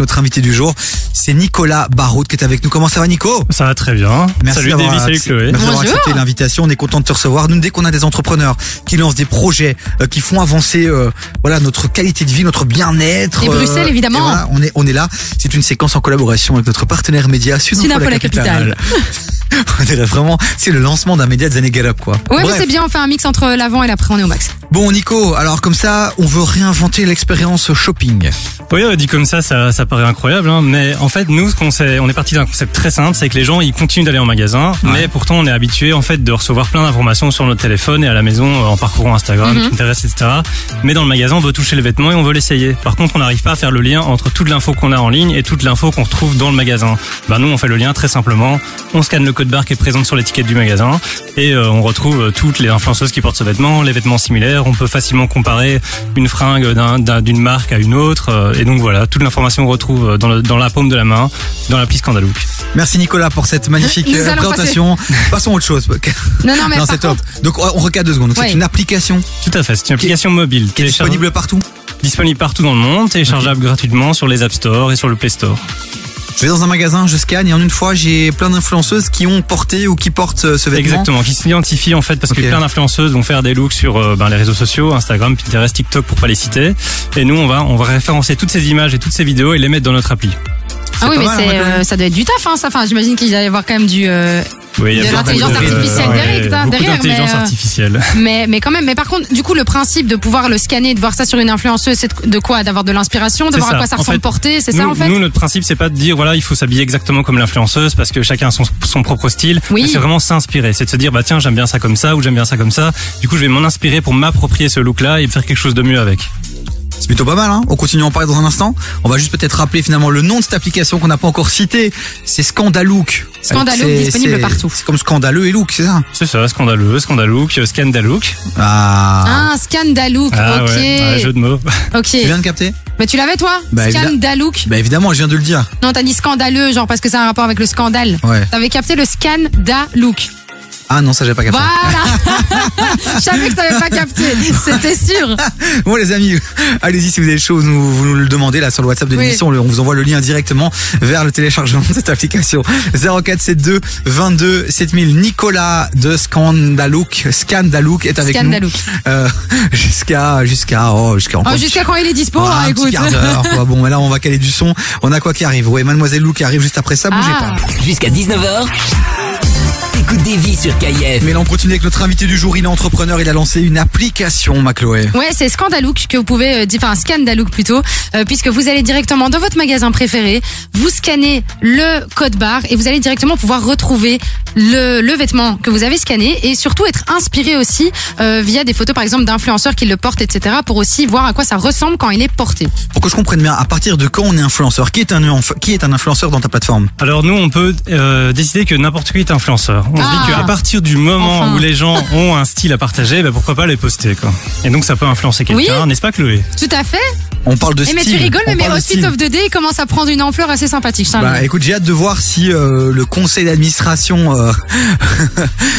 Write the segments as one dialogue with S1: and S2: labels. S1: Notre invité du jour, c'est Nicolas Baroud qui est avec nous. Comment ça va Nico
S2: Ça va très bien.
S1: Merci
S2: salut
S1: d'avoir
S2: Davy, salut
S1: accepté-
S2: Chloé.
S1: merci d'avoir
S3: Bonjour.
S1: accepté l'invitation. On est content de te recevoir. Nous, dès qu'on a des entrepreneurs qui lancent des projets, euh, qui font avancer euh, voilà notre qualité de vie, notre bien-être. euh,
S3: Et Bruxelles, évidemment.
S1: et voilà, on, est, on est là. C'est une séquence en collaboration avec notre partenaire média Sud
S3: Sud
S1: Info, la
S3: Info, la
S1: capitale. on est là vraiment, c'est le lancement d'un média des années Gallup quoi.
S3: Ouais,
S1: Bref.
S3: mais c'est bien, on fait un mix entre l'avant et l'après, on est au max.
S1: Bon Nico, alors comme ça, on veut réinventer l'expérience shopping.
S2: Oui, euh, dit comme ça, ça, ça paraît incroyable, hein, mais en fait, nous, ce qu'on sait- on est parti d'un concept très simple, c'est que les gens, ils continuent d'aller en magasin, mais pourtant, on est habitué en fait de recevoir plein d'informations sur notre téléphone et à la maison euh, en parcourant Instagram,
S3: Mhm.
S2: Pinterest, etc. Mais dans le magasin, on veut toucher le vêtement et on veut l'essayer. Par contre, on n'arrive pas à faire le lien entre toute l'info qu'on a en ligne et toute l'info qu'on retrouve dans le magasin. Ben nous, on fait le lien très simplement. On scanne le code barre qui est présent sur l'étiquette du magasin et euh, on retrouve euh, toutes les influenceuses qui portent ce vêtement, les vêtements similaires. On peut facilement comparer une fringue d'un- d'un- d'une marque à une autre. euh, Et donc voilà, toute l'information on retrouve euh, dans, le- dans la paume de la main, dans l'appli Scandalook.
S1: Merci Nicolas pour cette magnifique
S3: Nous
S1: euh,
S3: allons
S1: présentation. Passons à autre chose.
S3: Non, non, mais
S1: non,
S3: par
S1: c'est top.
S3: contre,
S1: Donc on on recadre deux secondes. Donc,
S3: Ouais.
S1: C'est une application
S2: Tout à fait, c'est une application mobile
S1: qui est
S2: télécharge-
S1: disponible partout.
S2: disponible partout dans le monde, téléchargeable gratuitement sur les App Store et sur le Play Store.
S1: Je vais dans un magasin, je scanne et en une fois j'ai plein d'influenceuses qui ont porté ou qui portent euh, ce vêtement.
S2: Exactement, qui s'identifient en fait parce
S1: Ok.
S2: que plein d'influenceuses vont faire des looks sur euh, ben, les réseaux sociaux, Instagram, Pinterest, TikTok pour pas les citer. Et nous, on va on va référencer toutes ces images et toutes ces vidéos et les mettre dans notre appli.
S3: ah oui,
S1: pas
S3: mais
S1: mal,
S3: c'est,
S1: hein,
S3: euh, ça doit être du taf, hein, ça. Enfin, j'imagine qu'il va y avoir quand même du. euh,
S2: Oui,
S3: Il y a
S2: beaucoup
S1: l'intelligence
S2: de-
S1: artificielle
S2: ouais,
S3: derrière, hein,
S2: beaucoup
S3: derrière, mais,
S2: d'intelligence
S3: euh,
S2: artificielle.
S3: mais, mais quand même, mais par contre, du coup, le principe de pouvoir le scanner, de voir ça sur une influenceuse, c'est de- de quoi D'avoir de l'inspiration, de
S2: C'est
S3: voir
S2: ça.
S3: à quoi ça
S2: En fait,
S3: ressemble porté, c'est ça
S2: nous,
S3: en fait
S2: nous, notre principe, c'est pas de dire voilà, il faut s'habiller exactement comme l'influenceuse parce que chacun a son, son propre style.
S3: Oui.
S2: Mais C'est vraiment s'inspirer, c'est de se dire bah tiens, j'aime bien ça comme ça ou j'aime bien ça comme ça. Du coup, je vais m'en inspirer pour m'approprier ce look-là et faire quelque chose de mieux avec.
S1: C'est plutôt pas mal, hein on continue à en parler dans un instant. On va juste peut-être rappeler finalement le nom de cette application qu'on n'a pas encore cité. C'est Scandalook.
S3: Scandalook,
S1: C'est-
S3: disponible
S1: c'est-
S3: partout.
S1: C'est comme Scandaleux et Look, c'est ça
S2: C'est ça, scandaleux, scandalook, euh, scandalook.
S1: Ah.
S3: Ah, Scandalook,
S2: Ah
S3: ok.
S2: ouais, ah, jeu de mots.
S1: Tu
S3: Ok.
S1: viens de capter
S3: Mais tu l'avais toi
S1: Bah, évidemment.
S3: Scandalook
S1: Bah évidemment, je viens de le dire.
S3: Non, t'as dit scandaleux, genre parce que c'est un rapport avec le scandale.
S1: Ouais.
S3: T'avais capté le Scandalook.
S1: Ah non, ça j'ai pas capté.
S3: Voilà Je savais que t'avais pas capté, c'était sûr.
S1: Bon les amis, allez-y si vous avez des choses, nous, vous nous le demandez là sur le WhatsApp de
S3: Oui.
S1: l'émission, on le- on vous envoie le lien directement vers le téléchargement de cette application. 0472 22 7000 Nicolas de Scandalook, Scandalook est avec
S3: Scandalook.
S1: nous euh, jusqu'à jusqu'à oh jusqu'à encore
S3: Oh, Jusqu'à quand il est dispo,
S1: voilà,
S3: hein,
S1: un petit
S3: écoute.
S1: quart d'heure, quoi. Bon, mais là on va caler du son. On a quoi qui arrive Ouais, Mademoiselle Lou qui arrive juste après ça. Bougez
S3: Ah.
S1: pas.
S4: jusqu'à 19h. T'écoutes des vies sur KIF.
S1: Mais là on continue avec notre invité du jour. Il est entrepreneur. Il a lancé une application, ma Chloé.
S3: Ouais, c'est Scandalook que vous pouvez, euh, di- enfin Scandalook plutôt, euh, puisque vous allez directement dans votre magasin préféré, vous scannez le code barre et vous allez directement pouvoir retrouver le, le vêtement que vous avez scanné et surtout être inspiré aussi euh, via des photos par exemple d'influenceurs qui le portent, etc. pour aussi voir à quoi ça ressemble quand il est porté.
S1: Pour que je comprenne bien, à partir de quand on est influenceur Qui est un inf- qui est un influenceur dans ta plateforme
S2: Alors nous, on peut euh, décider que n'importe qui est influenceur. On
S3: Ah.
S2: se dit qu'à partir du moment
S3: Enfin.
S2: où les gens ont un style à partager, bah, pourquoi pas les poster quoi. Et donc ça peut influencer
S3: Oui.
S2: quelqu'un, n'est-ce pas Chloé
S3: Tout à fait.
S1: On parle de
S3: Eh
S1: style.
S3: mais tu rigoles,
S1: on
S3: mais mes
S1: parle de
S3: outfits
S1: style.
S3: of the day commencent à prendre une ampleur assez sympathique. je t'invite.
S1: Bah écoute, j'ai hâte de voir si euh, le conseil d'administration, euh,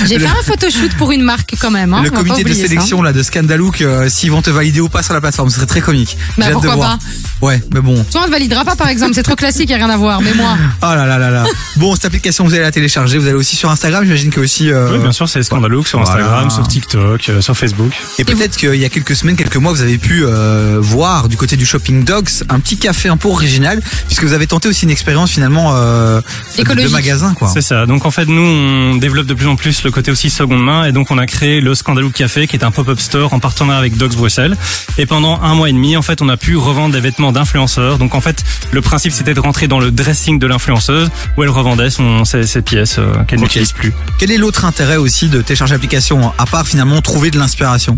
S3: J'ai
S1: le-
S3: fait un photoshoot pour une marque quand même. Hein,
S1: le
S3: on va pas
S1: comité de
S3: oublier ça.
S1: sélection là de Scandalook, euh, s'ils vont te valider ou pas sur la plateforme, ce serait très comique. j'ai
S3: Bah,
S1: hâte de
S3: pourquoi
S1: voir. Ouais, mais bon.
S3: Toi, on ne validera pas, par exemple. C'est trop classique, il a rien à voir. Mais moi,
S1: Ah là là là là. bon, cette application, vous allez la télécharger. Vous allez aussi sur Instagram, j'imagine que aussi. euh,
S2: Oui, bien sûr, c'est Scandalook sur
S1: voilà.
S2: Instagram, sur TikTok, euh, sur Facebook.
S1: Et peut-être qu'il y a quelques semaines, quelques mois, vous avez pu euh, voir du côté du Shopping Dogs un petit café un peu original, puisque vous avez tenté aussi une expérience finalement euh, de- de
S3: Écologique.
S1: magasin quoi.
S2: C'est ça. Donc en fait, nous, on développe de plus en plus le côté aussi seconde main. Et donc, on a créé le Scandalook Café, qui est un pop-up store en partenariat avec Docs Bruxelles. Et pendant un mois et demi, en fait, on a pu revendre des vêtements d'influenceurs. Donc en fait, le principe, c'était de rentrer dans le dressing de l'influenceuse, où elle revendait son, ses, ses pièces euh, qu'elle
S1: Ok.
S2: n'utilise plus.
S1: Quel est l'autre intérêt aussi de télécharger l'application, à part finalement trouver de l'inspiration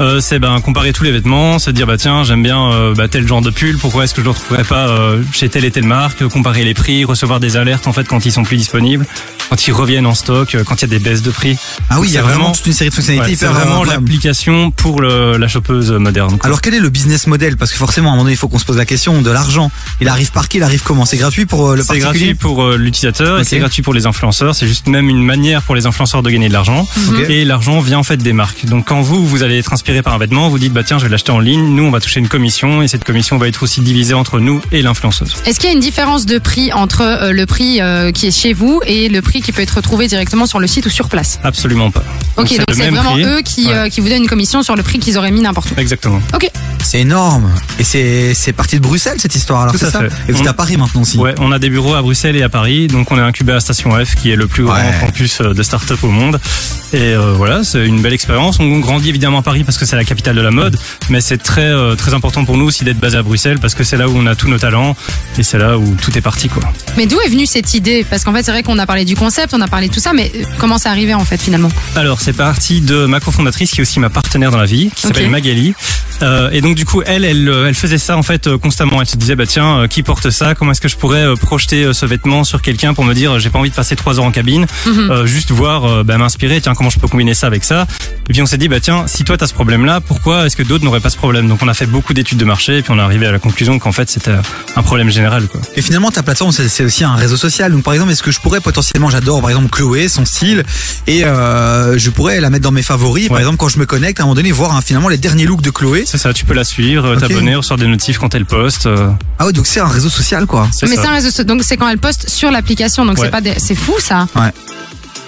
S2: Euh, c'est ben comparer tous les vêtements, se dire bah tiens j'aime bien euh, bah, tel genre de pull, pourquoi est-ce que je le retrouverais pas euh, chez telle et telle marque, euh, comparer les prix, recevoir des alertes en fait quand ils sont plus disponibles, quand ils reviennent en stock, euh, quand il y a des baisses de prix.
S1: Ah oui, il y a
S2: C'est
S1: vraiment,
S2: vraiment-
S1: toute une série de
S2: Ouais,
S1: fonctionnalités.
S2: c'est
S1: hyper,
S2: vraiment
S1: euh,
S2: l'application pour le- la chopeuse euh, moderne. quoi.
S1: Alors quel est le business model Parce que forcément, à un moment donné, il faut qu'on se pose la question de l'argent. Il arrive par qui Il arrive comment C'est gratuit pour euh, le
S2: c'est
S1: particulier
S2: gratuit pour euh, l'utilisateur
S1: Ok.
S2: et c'est gratuit pour les influenceurs. C'est juste même une manière pour les influenceurs de gagner de l'argent.
S1: Mhm. Ok.
S2: Et l'argent vient en fait des marques. Donc quand vous, vous allez être inspiré par un vêtement, vous dites, bah tiens, je vais l'acheter en ligne, nous, on va toucher une commission, et cette commission va être aussi divisée entre nous et l'influenceuse.
S3: Est-ce qu'il y a une différence de prix entre euh, le prix euh, qui est chez vous et le prix qui peut être retrouvé directement sur le site ou sur place
S2: Absolument pas.
S3: Ok, donc
S2: le
S3: c'est
S2: même
S3: vraiment
S2: prix.
S3: eux qui,
S2: Ouais.
S3: euh, qui vous donnent une commission sur le prix qu'ils auraient mis n'importe où.
S2: Exactement.
S3: Ok,
S1: C'est énorme. Et c'est c'est parti de Bruxelles cette histoire. Alors
S2: Tout
S1: c'est
S2: à
S1: ça.
S2: fait.
S1: Et vous êtes
S2: On-
S1: à Paris maintenant aussi.
S2: Ouais, on a des bureaux à Bruxelles et à Paris, donc on est incubé à Station F, qui est le plus grand
S1: Ouais.
S2: campus euh, de start-up au monde. Et euh, voilà, c'est une belle expérience. On grandit évidemment à Paris parce que c'est la capitale de la mode, mais c'est très euh, très important pour nous aussi d'être basé à Bruxelles parce que c'est là où on a tous nos talents et c'est là où tout est parti quoi.
S3: mais d'où est venue cette idée Parce qu'en fait, c'est vrai qu'on a parlé du concept, on a parlé de tout ça, mais euh, comment ça arrivé en fait finalement
S2: Alors, c'est parti de ma cofondatrice qui est aussi ma partenaire dans la vie, qui s'appelle
S3: Ok.
S2: Magali. Euh, et donc, du coup, elle, elle, euh, elle faisait ça en fait euh, constamment. Elle se disait, bah tiens, euh, qui porte ça Comment est-ce que je pourrais euh, projeter euh, ce vêtement sur quelqu'un pour me dire, euh, j'ai pas envie de passer trois heures en cabine,
S3: Mhm.
S2: euh, juste voir, euh, bah, m'inspirer. Tiens, comment je peux combiner ça avec ça Et puis on s'est dit, bah tiens, si toi t'as ce problème-là, pourquoi est-ce que d'autres n'auraient pas ce problème Donc, on a fait beaucoup d'études de marché, et puis on est arrivé à la conclusion qu'en fait, c'était un problème général. Quoi.
S1: Et finalement, ta plateforme, c'est c'est aussi un réseau social. Donc, par exemple, est-ce que je pourrais potentiellement, j'adore par exemple Chloé, son style, et euh, je pourrais la mettre dans mes favoris. Par
S2: Ouais.
S1: exemple, quand je me connecte, à un moment donné, voir hein, finalement les derniers looks de Chloé.
S2: C'est ça. Tu peux la suivre, euh,
S1: Ok.
S2: t'abonner, recevoir des notifs quand elle poste. euh,
S1: Ah ouais, donc c'est un réseau social quoi.
S2: c'est
S3: Mais
S2: ça.
S3: c'est un réseau so- donc c'est quand elle poste sur l'application, donc
S2: Ouais.
S3: c'est pas des- c'est fou ça.
S1: Ouais.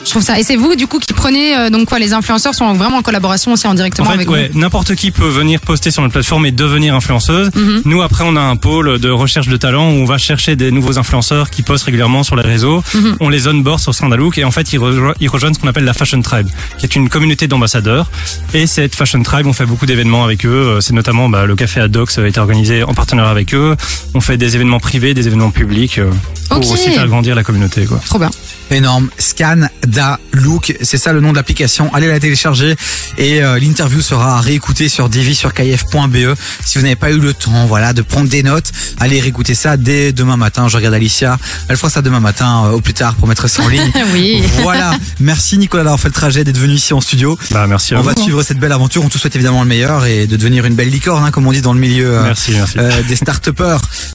S3: Je trouve ça. Et c'est vous du coup qui prenez euh, donc quoi Les influenceurs sont vraiment en collaboration aussi en directement
S2: En fait,
S3: avec
S2: ouais, n'importe qui peut venir poster sur notre plateforme et devenir influenceuse.
S3: Mhm.
S2: Nous, après, on a un pôle de recherche de talent où on va chercher des nouveaux influenceurs qui postent régulièrement sur les réseaux.
S3: Mhm.
S2: On les onboard sur Sandalook et en fait, ils, rejo- ils rejoignent ce qu'on appelle la Fashion Tribe, qui est une communauté d'ambassadeurs. Et cette Fashion Tribe, on fait beaucoup d'événements avec eux. Euh, C'est notamment bah, le café Adox a été organisé en partenariat avec eux. On fait des événements privés, des événements publics euh, pour
S3: Ok.
S2: aussi faire grandir la communauté. Quoi.
S3: vous. Trop bien.
S1: Énorme. Scan Da Look, c'est ça le nom de l'application. Allez la télécharger et euh, l'interview sera réécoutée sur divi sur kf.be. E. Si vous n'avez pas eu le temps, voilà, de prendre des notes, allez réécouter ça dès demain matin. Je regarde Alicia. Elle fera ça demain matin euh, au plus tard pour mettre ça en ligne.
S3: Oui.
S1: voilà. Merci Nicolas d'avoir fait le trajet, d'être venu ici en studio.
S2: Bah, merci à
S1: On
S2: vous.
S1: va suivre cette belle aventure. On te souhaite évidemment le meilleur et de devenir une belle licorne, hein, comme on dit dans le milieu euh,
S2: Merci, merci.
S1: euh, des start-upers.